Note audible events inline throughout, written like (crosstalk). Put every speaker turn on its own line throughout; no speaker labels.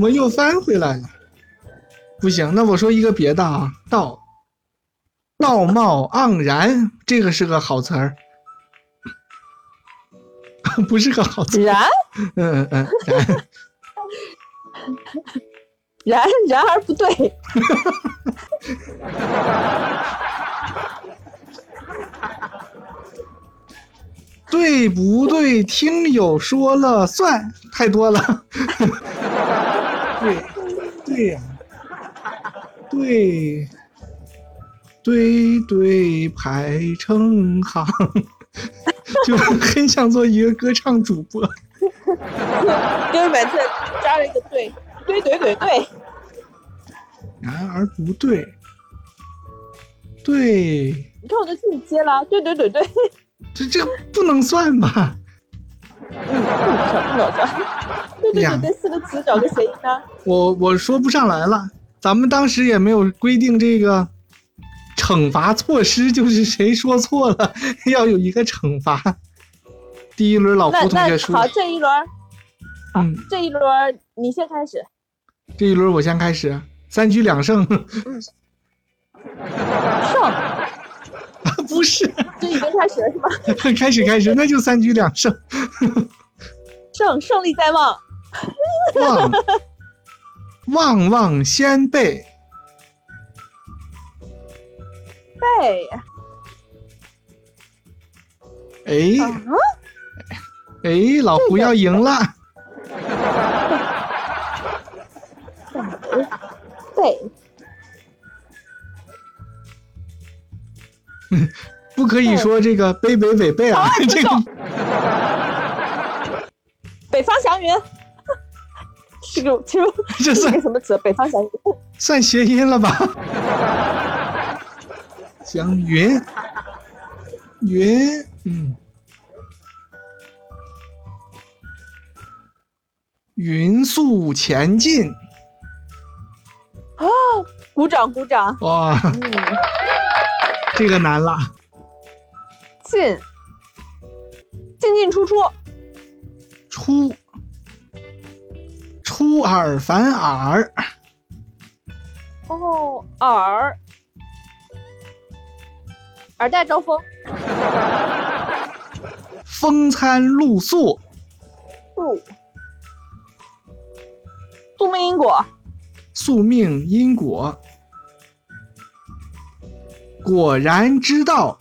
我们又翻回来了。不行，那我说一个别的啊，道，道貌岸然，这个是个好词儿， (laughs) 不是个好词儿。
(laughs) 然
嗯嗯，然
然然而不对，
对不对？听友说了算，太多了。 (laughs) 对，对呀、对，对对排成行， (laughs) 就很想做一个歌唱主播。
因为每次加了一个对，对对对对，
然而不对，对，
你看我都自己接了，对对对对，
这这不能算吧？
嗯，不能算不能算，对对
呀
对对四个词找个谐音呢，
我我说不上来了，咱们当时也没有规定这个惩罚措施，就是谁说错了 (laughs) 要有一个惩罚。第一轮老
那
胡同
那
学输
好
了，
哦这一轮儿
嗯，
这一轮儿你先开始，
这一轮我先开始，三局两胜，
上，
(laughs) 不是， (laughs)
这已经开始了是吗？
开始开始，那就三局两胜，
胜胜利在望，
望望望先辈，哎
对，啊，
哎，老胡要赢了。
对，
不可以说这个北北北北啊，这个
北方祥云， (laughs) 是个 (laughs) 其实
这
是
算
个什么词？北方祥云，
算谐音了吧？行，云云，嗯，匀速前进，
鼓掌鼓掌，
哇，
嗯，
这个难了，
进，进进出出，
出出尔反尔，
哦，耳，耳带招风，
风餐露宿，
宿，宿命因果，
宿命因果，果然知道。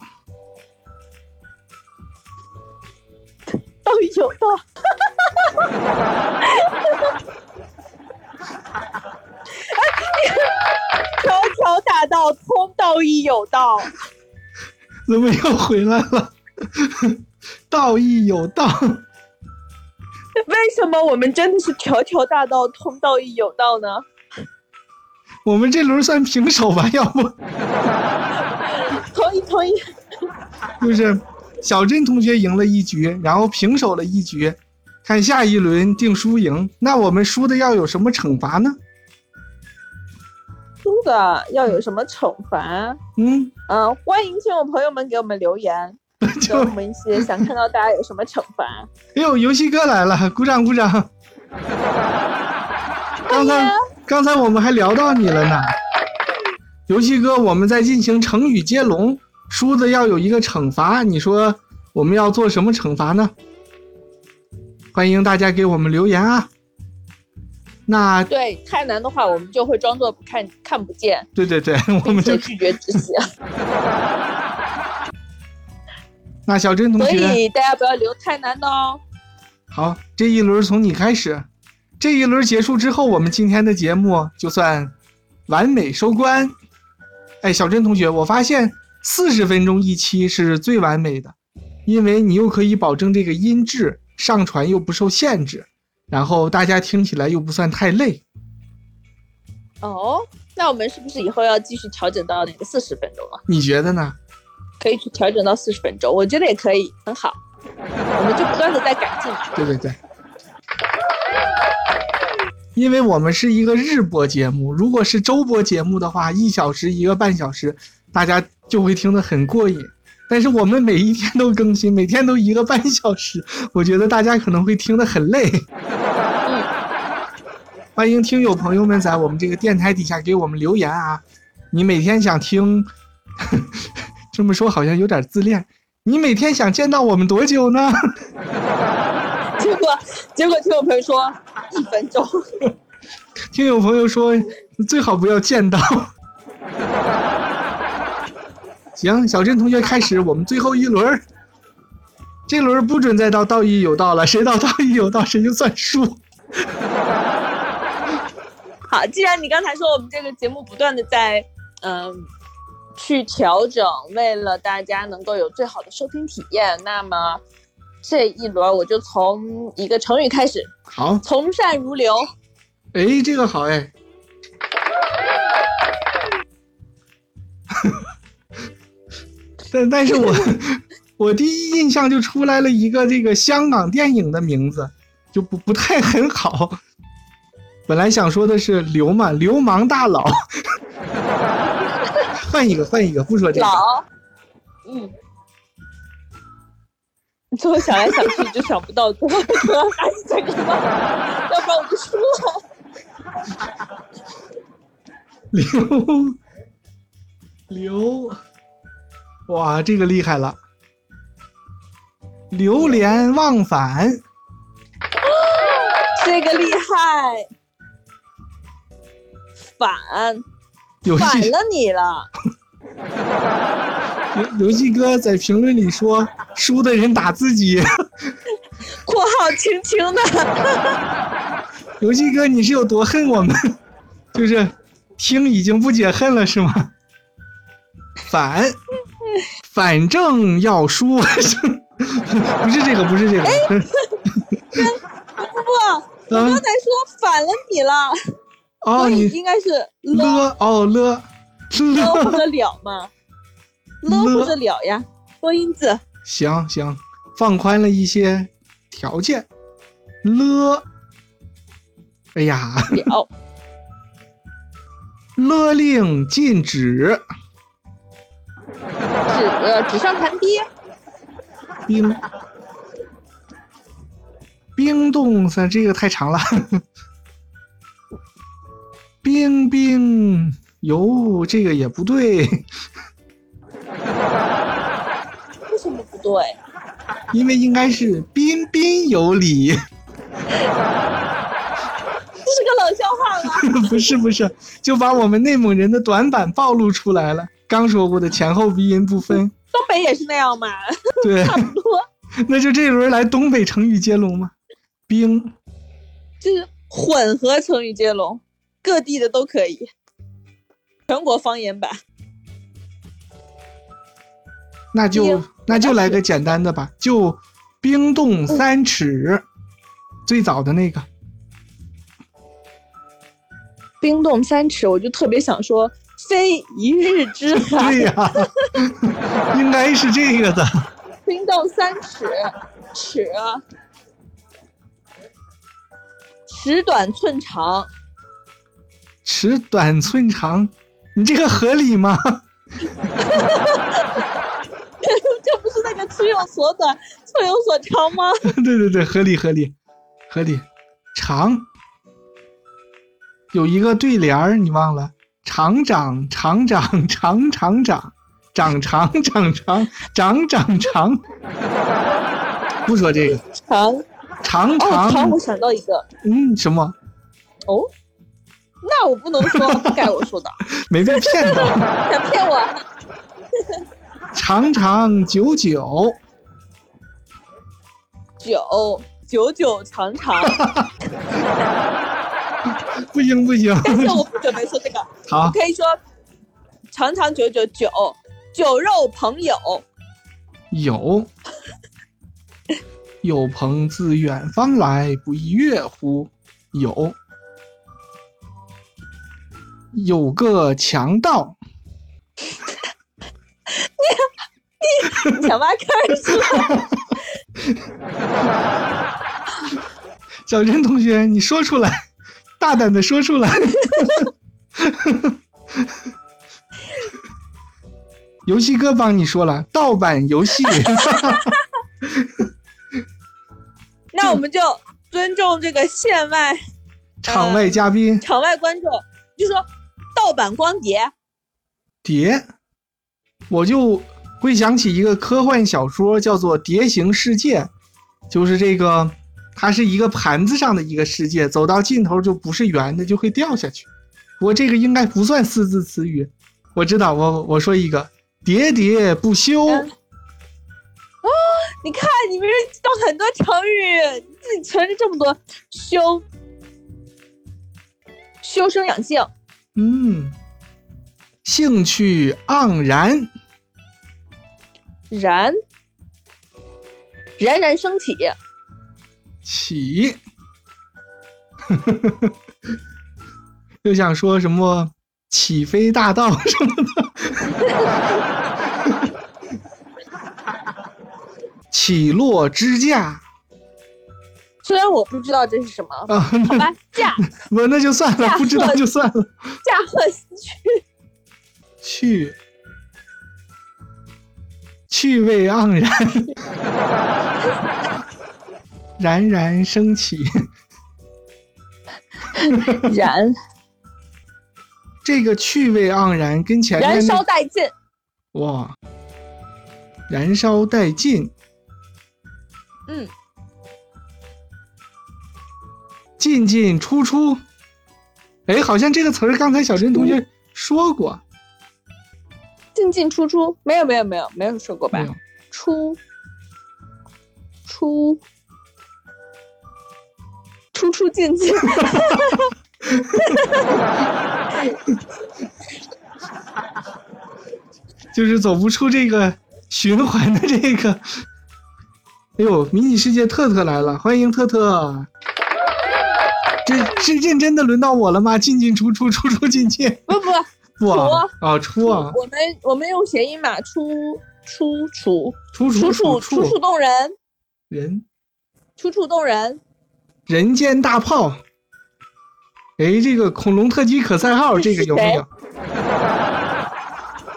道义有道， (laughs) 条条大道通道义有道，
怎么又回来了？ (laughs) 道义有道，
为什么我们真的是条条大道通道义有道呢？
我们这轮算平手吧，要不 (laughs)
同意同意，
就是小珍同学赢了一局，然后平手了一局，看下一轮定输赢。那我们输的要有什么惩罚呢？
输的要有什么惩罚？
嗯，
嗯，欢迎听众朋友们给我们留言，
(laughs)
给
就
我们一些想看到大家有什么惩罚。
哎呦，游戏哥来了，鼓掌鼓掌。 (laughs) 刚
欢
才
迎
刚才我们还聊到你了呢，游戏哥，我们在进行成语接龙，输的要有一个惩罚，你说我们要做什么惩罚呢？欢迎大家给我们留言啊。那
对，太难的话，我们就会装作不看看不见，
对对对，我
并
们就
且拒绝执
(laughs)
行。
那小珍同
所
学，
以大家不要留太难的哦。
好，这一轮从你开始，这一轮结束之后，我们今天的节目就算完美收官。哎，小珍同学，我发现四十分钟一期是最完美的，因为你又可以保证这个音质上传又不受限制，然后大家听起来又不算太累。
哦，那我们是不是以后要继续调整到那个四十分钟了？
你觉得呢？
可以去调整到四十分钟，我觉得也可以，很好。我们就不断的在改进嘛。
对对对，因为我们是一个日播节目，如果是周播节目的话，一小时一个半小时，大家就会听得很过瘾。但是我们每一天都更新，每天都一个半小时，我觉得大家可能会听得很累。嗯。欢迎听友朋友们在我们这个电台底下给我们留言啊。你每天想听， (laughs) 这么说好像有点自恋。你每天想见到我们多久呢？
结果结果听我朋友说一分钟，
听友朋友说最好不要见到。行，小镇同学开始，我们最后一轮儿，这轮儿不准再到道义有道了，谁到道义有道谁就算输。
好，既然你刚才说我们这个节目不断的在嗯、去调整，为了大家能够有最好的收听体验，那么 (laughs) 这一轮我就从一个成语开始，
好，
从善如流。
哎，这个好哎。 (laughs) 但但是我我第一印象就出来了一个这个香港电影的名字，就不不太很好。本来想说的是流氓流氓大佬， (laughs) 换一个换一个，不说这个。
老，嗯，你说我想来想去就想不到 (laughs) 最后一个还是这个吧，要不然我就输了。
刘刘，哇，这个厉害了！流连忘返，
这个厉害，反
游
反
戏
了你了。
游游戏哥在评论里说，输的人打自己。
（括号轻轻的
游戏哥，你是有多恨我们？ (laughs) 就是听已经不解恨了是吗？反，反正要输， (laughs) 不是这个，不是这个。
不不，我刚
嗯，
才哎说反了你了，
哦，
(laughs) 所以
你
应该是了
了哦
哦
了
了或
了，
者
(laughs)
了嘛，了或者了呀，多音字。
行行，放宽了一些条件。了，哎呀，
了
勒令禁止。
纸呃纸上谈兵，
冰冰冻三，这个太长了。冰冰哟，这个也不对，
为什么不对？
因为应该是彬彬有礼， (laughs)
这是个冷笑话吗？
不是不是，就把我们内蒙人的短板暴露出来了。刚说过的前后鼻音不分，
东北也是那样嘛，
对，
差不多，
那就这一轮来东北成语接龙嘛。冰
就是混合成语接龙，各地的都可以，全国方言版。
那就
冰
那就来个简单的吧，就冰冻三尺，最早的那个。
冰冻三尺，我就特别想说，非一日之寒。
(laughs) 对呀、 (laughs) 应该是这个的。
冰冻三尺，尺，尺短寸长， (laughs)
尺短寸长，你这个合理吗？
这不是那个尺有所短，寸有所长吗？
(laughs) 对对对，合理合理合理。长有一个对联儿，你忘了？长长长长长长长长长长长长长长。不说这个，
长哦，
长
长，
长
我想到一个
嗯什么？
哦，那我不能说，不该我说的，
没被骗 (laughs) 到。
想骗我？
长长久久，
久久久长长，
不行不行。
但是我不准备说这个，
好
我，可以说长长久久久酒肉朋友，
有，有朋自远方来，不亦乐乎？有，有个强盗，
你想挖坑儿是吧？
小陈同学，你说出来，大胆的说出来。游戏哥帮你说了，盗版游戏，
那我们就尊重这个县外
场外嘉宾
场外观众就说盗版光碟，
碟，我就会想起一个科幻小说，叫做《碟形世界》，就是这个，它是一个盘子上的一个世界，走到尽头就不是圆的，就会掉下去。不过这个应该不算四字词语，我知道，我我说一个，喋喋不休。
嗯你看你们知道很多成语，你自己存着这么多，修修身养性，
嗯，兴趣盎然，
然冉冉升起，
起。 (laughs) 又想说什么起飞大道 (laughs) 什么的，起落支架
虽然我不知道这是什么，
啊，
好吧，
(laughs)
驾
我那就算了，不知道就算了。
驾鹤西去，
趣趣味盎然， (laughs) 冉冉升起。
燃
这个趣味盎然跟前面
燃
那
烧殆尽，
哇，燃烧殆尽，
嗯，
进进出出。哎，好像这个词儿刚才小珍同学说过，
进进出出，没有没有没有没有说过吧
没有？
出出出出进进，
就是走不出这个循环的这个。哎呦，迷你世界特特来了，欢迎特特。这是认真的轮到我了吗？进进出出，出出进进。
不不，
不啊
出，
啊出啊，
我们我们用谐音嘛，出出楚，
出出
楚楚
出
楚楚动人，
人
楚楚动人，
人间大炮。哎，这个恐龙特级可赛号，这个有没有？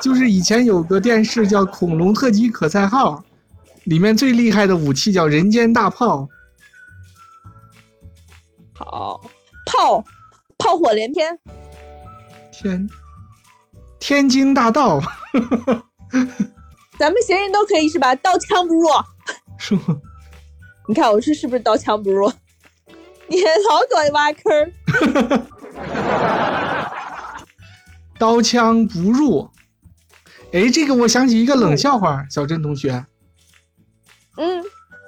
就是以前有个电视叫《恐龙特级可赛号》，里面最厉害的武器叫人间大炮。
好炮炮火连天，
天，天津大道，
咱们谐音都可以是吧？刀枪不入，
是吗？
你看我是是不是刀枪不入？ (laughs) 你老给我挖坑儿，
刀枪不入。哎，这个我想起一个冷笑话，小郑同学，
嗯，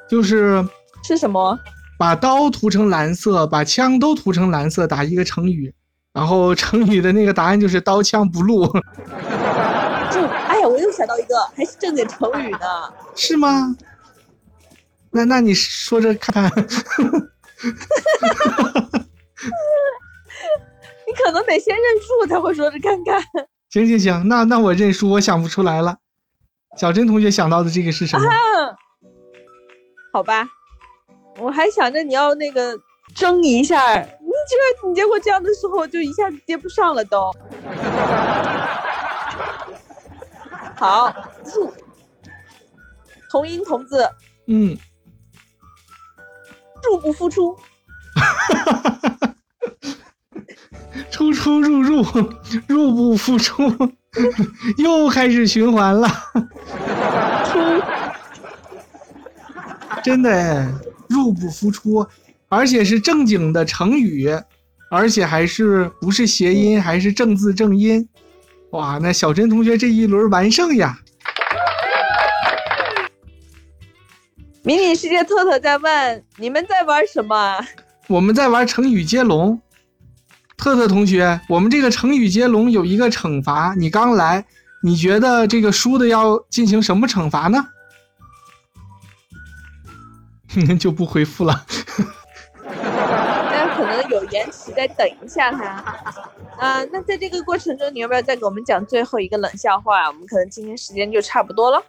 就是
是什么？
把刀涂成蓝色，把枪都涂成蓝色，打一个成语，然后成语的那个答案就是刀枪不入， (laughs)
就哎呀，我又想到一个，还是正经成语呢。
是吗？那那你说着看看，
你可能得先认输才会说是看看。
行行行，那那我认输，我想不出来了。小珍同学想到的这个是什么？
嗯， (laughs) 好吧，我还想着你要那个争一下，你这你结果这样的时候就一下子接不上了都。 (laughs) 好，入，同音同字，
嗯，
入不敷出，
出出入入，入不敷出， (laughs) 又开始循环了。
出
真的哎入不敷出，而且是正经的成语，而且还是不是谐音，还是正字正音。哇，那小珍同学这一轮完胜呀！
迷你世界特特在问你们在玩什么啊？
我们在玩成语接龙，特特同学，我们这个成语接龙有一个惩罚，你刚来，你觉得这个输的要进行什么惩罚呢？ (laughs) 就不回复了。
但是可能有延迟，再等一下哈。啊、那在这个过程中，你要不要再给我们讲最后一个冷笑话？我们可能今天时间就差不多了。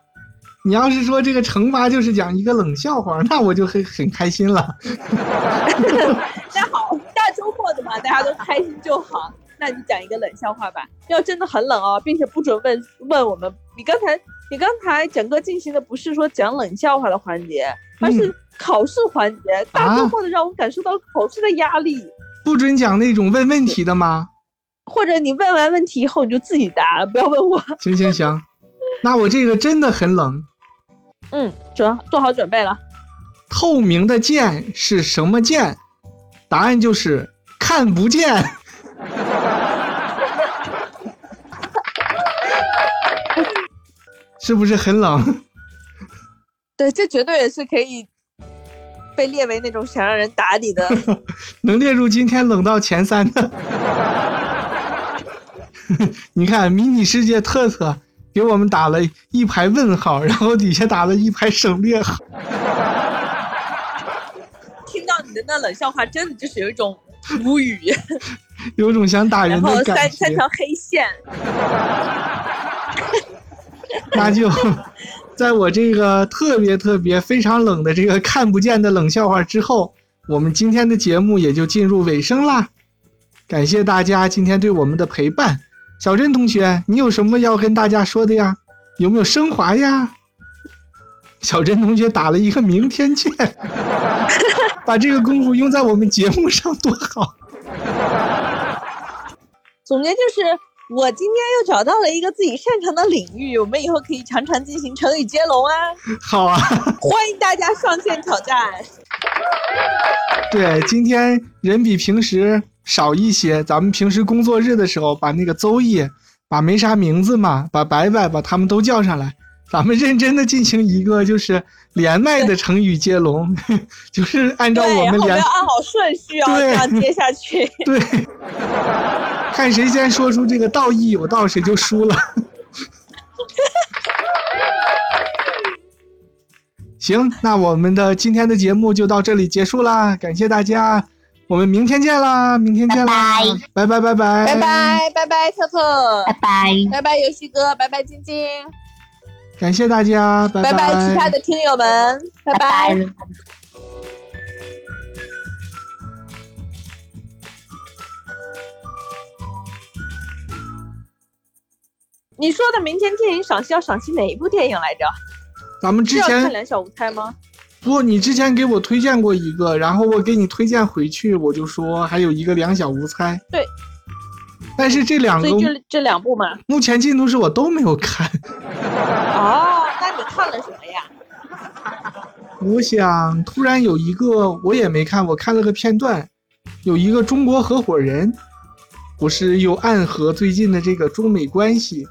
你要是说这个惩罚就是讲一个冷笑话，那我就很很开心了。
那好，大周末的嘛，大家都开心就好。那你讲一个冷笑话吧，要真的很冷哦，并且不准问问我们。你刚才你刚才整个进行的不是说讲冷笑话的环节，而是考试环节。大周末的让我感受到考试的压力。
不准讲那种问问题的吗？
或者你问完问题以后你就自己答，不要问我。
行行行，那我这个真的很冷。
嗯，准做好准备了。
透明的剑是什么剑？答案就是看不见。是不是很冷？
对，这绝对也是可以被列为那种想让人打你 (laughs) 的。
能列入今天冷到前三的。 (laughs) 你看，迷你世界特特给我们打了一排问号，然后底下打了一排省略号。
听到你的那冷笑话，真的就是有一种无语，
有种想打人
然后
的
三
感
三
觉。
条黑线。
那就在我这个特别特别非常冷的这个看不见的冷笑话之后，我们今天的节目也就进入尾声啦。感谢大家今天对我们的陪伴，小珍同学，你有什么要跟大家说的呀？有没有升华呀？小珍同学打了一个明天见，把这个功夫用在我们节目上多好。
总结就是，我今天又找到了一个自己擅长的领域，我们以后可以常常进行成语接龙啊！
好啊。
欢迎大家上线挑战。
(laughs) 对，今天人比平时少一些。咱们平时工作日的时候，把那个邹毅，把没啥名字嘛，把白白，把他们都叫上来，咱们认真的进行一个就是连麦的成语接龙， (laughs) 就是按照
对，
我
然
们
后我们
连
要按好顺序啊，
对
这样接下去。
(laughs) 对，看谁先说出这个“道义有道”，谁就输了。 (laughs) 行，那我们的今天的节目就到这里结束啦，感谢大家，我们明天见啦，明天见啦，拜拜拜拜拜
拜，拜拜拜，特特，
拜拜。
拜拜游戏哥，拜拜晶晶，
感谢大家，拜
拜
拜
拜其他的听友们，拜拜。你说的明天电影赏析要赏析哪一部电影来着？
咱们
是
之
要看《
前
两小无猜》吗？
不，你之前给我推荐过一个，然后我给你推荐回去，我就说还有一个两小无猜，
对，
但是这两
所
个
以这这两部嘛。
目前进度是我都没有看。
哦，那你看了什么呀？
我想突然有一个我也没看，我看了个片段，有一个中国合伙人，不是又暗合最近的这个中美关系。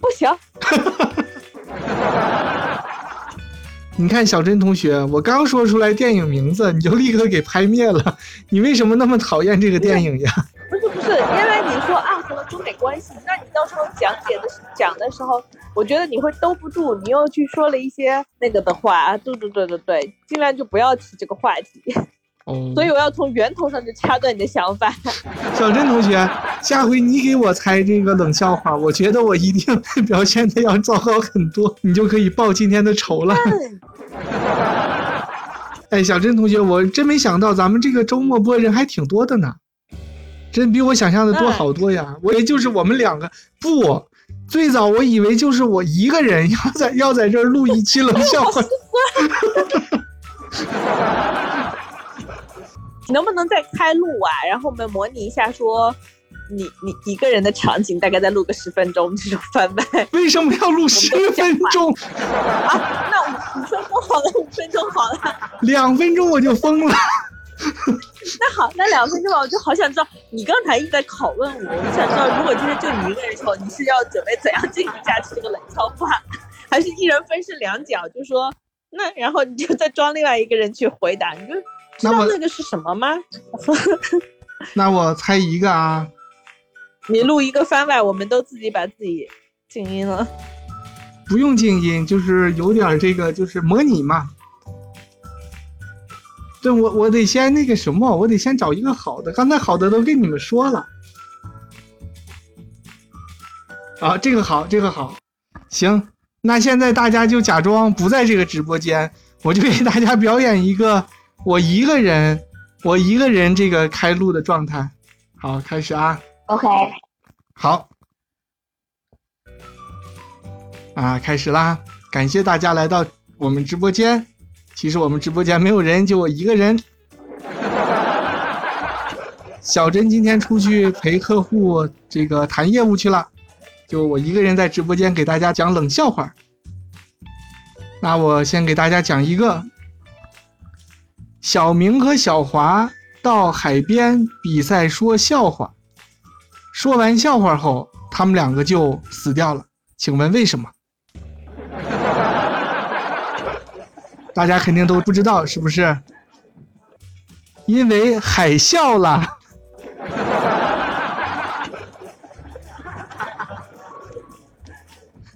不行，
你看小珍同学，我刚说出来电影名字，你就立刻给拍灭了。你为什么那么讨厌这个电影呀？
不是不是，因为你说暗合了中美关系，那你到时候讲解的讲的时候，我觉得你会兜不住，你又去说了一些那个的话啊，对对对对对，尽量就不要提这个话题。
哦，
所以我要从源头上就掐断你的想法。
小珍同学，下回你给我猜这个冷笑话，我觉得我一定 (laughs) 表现的要糟糕很多，你就可以报今天的仇了。哎，小珍同学，我真没想到咱们这个周末播人还挺多的呢，真比我想象的多好多呀！我也就是我们两个，不，最早我以为就是我一个人要在要在这儿录一期冷笑
(laughs)
话。
你 (laughs) 能不能再开录啊？然后我们模拟一下说。你你一个人的场景大概再录个十分钟这种翻拍，
为什么要录十分钟？
啊那五五分钟好了，五分钟好了。
两分钟我就疯了。
(laughs) 那好，那两分钟吧，我就好想知道你刚才一直在拷问我，我想知道如果今天就你一个人的时候，你是要准备怎样进行下去这个冷笑话，还是一人分饰两角？就说那然后你就再装另外一个人去回答，你就知
那
道
我
那个是什么吗？
那我猜一个啊，
(laughs) 你录一个番外，我们都自己把自己静音了。
不用静音，就是有点这个，就是模拟嘛。对我，我得先那个什么，我得先找一个好的。刚才好的都跟你们说了。啊，这个好，这个好，行。那现在大家就假装不在这个直播间，我就给大家表演一个 (laughs) 我一个人，我一个人这个开录的状态。好，开始啊。
OK，
好，啊，开始啦！感谢大家来到我们直播间。其实我们直播间没有人，就我一个人小珍今天出去陪客户这个谈业务去了，就我一个人在直播间给大家讲冷笑话。那我先给大家讲一个：小明和小华到海边比赛说笑话，说完笑话后，他们两个就死掉了。请问为什么？大家肯定都不知道，是不是？因为海啸了。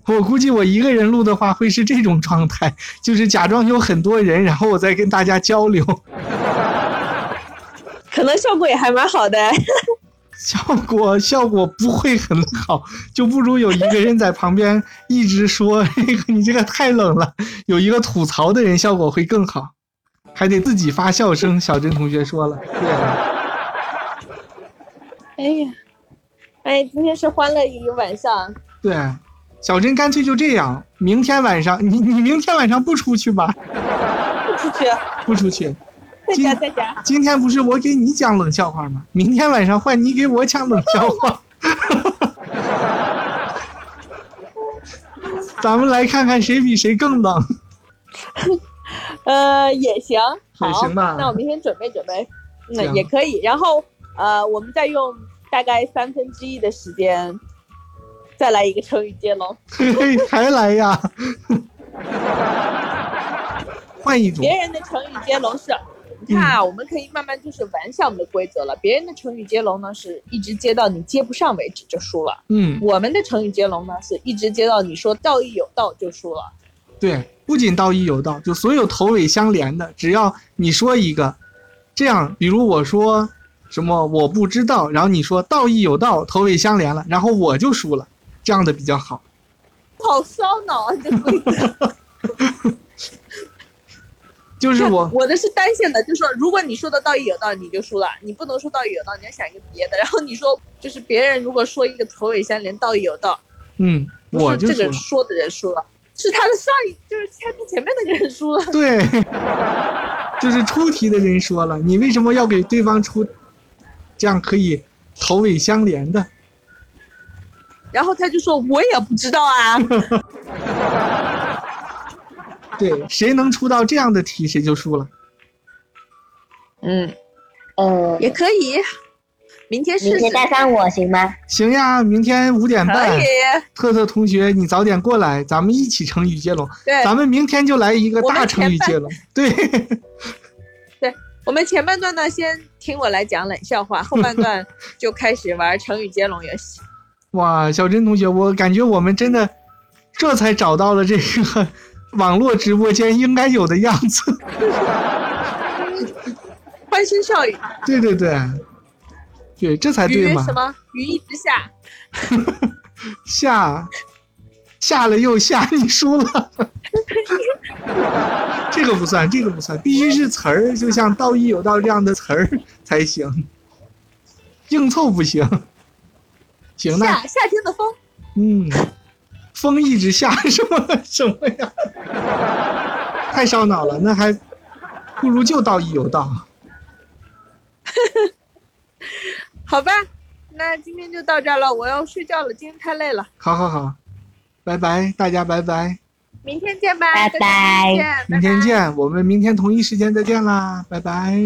我估计我一个人录的话会是这种状态，就是假装有很多人，然后我再跟大家交流，
可能效果也还蛮好的。
(laughs) 效果效果不会很好，就不如有一个人在旁边一直说 (laughs) 这个你这个太冷了，有一个吐槽的人效果会更好，还得自己发笑声。小珍同学说了，对啊，
哎呀，哎，今天是欢乐一晚上，
对啊，小珍干脆就这样，明天晚上你你明天晚上不出去吧？ (laughs)
不出去，
不出去。
在
今
家在家。
今天不是我给你讲冷笑话吗？明天晚上换你给我讲冷笑话。 (laughs) 咱们来看看谁比谁更冷。
呃，也行，好，
也行吧
那我明天准备准备，那
行
也可以。然后呃，我们再用大概三分之一的时间，再来一个成语接龙。
嘿嘿， (laughs) 还来呀？换一种
别人的成语接龙是，
嗯
你看啊，我们可以慢慢就是完善我们的规则了。别人的成语接龙呢，是一直接到你接不上为止就输了；
嗯，
我们的成语接龙呢，是一直接到你说道义有道就输了。
对，不仅道义有道，就所有头尾相连的，只要你说一个，这样，比如我说什么我不知道，然后你说道义有道，头尾相连了，然后我就输了，这样的比较好。
好烧脑啊！这规则。
就是
看
我，
我的是单线的，就说如果你说的道义有道，你就输了；你不能说道义有道，你要想一个别的。然后你说就是别人如果说一个头尾相连，道义有道，
嗯，
不
我
是
就
这
输了。
个说的人输了，是他的上一就是他跟前面那个人输了。
对， (laughs) 就是出题的人说了，你为什么要给对方出，这样可以头尾相连的？
然后他就说我也不知道啊，
对，谁能出到这样的题，谁就输了。
嗯，
呃，
也可以，明天
明
试试
天带上我行吗？
行呀，明天五点
可
半
以，，
特特同学，你早点过来，咱们一起成语接龙。
对，
咱们明天就来一个
我们
大成语接龙。对， (laughs)
我们前半段呢先听我来讲冷笑话，后
(laughs)
半段就开始玩成语接龙游戏。
哇，小珍同学，我感觉我们真的这才找到了这个网络直播间应该有的样子。
欢声笑语，
对对对，对，这才哎对
于
嘛
什。么？于一直下，
下，下了又下，你输了。这个不算，这个不算，必须是词儿，就像“道义有道”这样的词儿才行，硬凑不行。行，那
夏夏天的风，
嗯，风一直下什么什么呀？太烧脑了，那还不如就“道义有道
好吧，那今天就到这儿了，我要睡觉了，今天太累了，”。
好好好，拜拜，大家拜拜，
明天见吧，
拜
大家
拜
明天见，
明天见，我们明天同一时间再见啦，拜拜。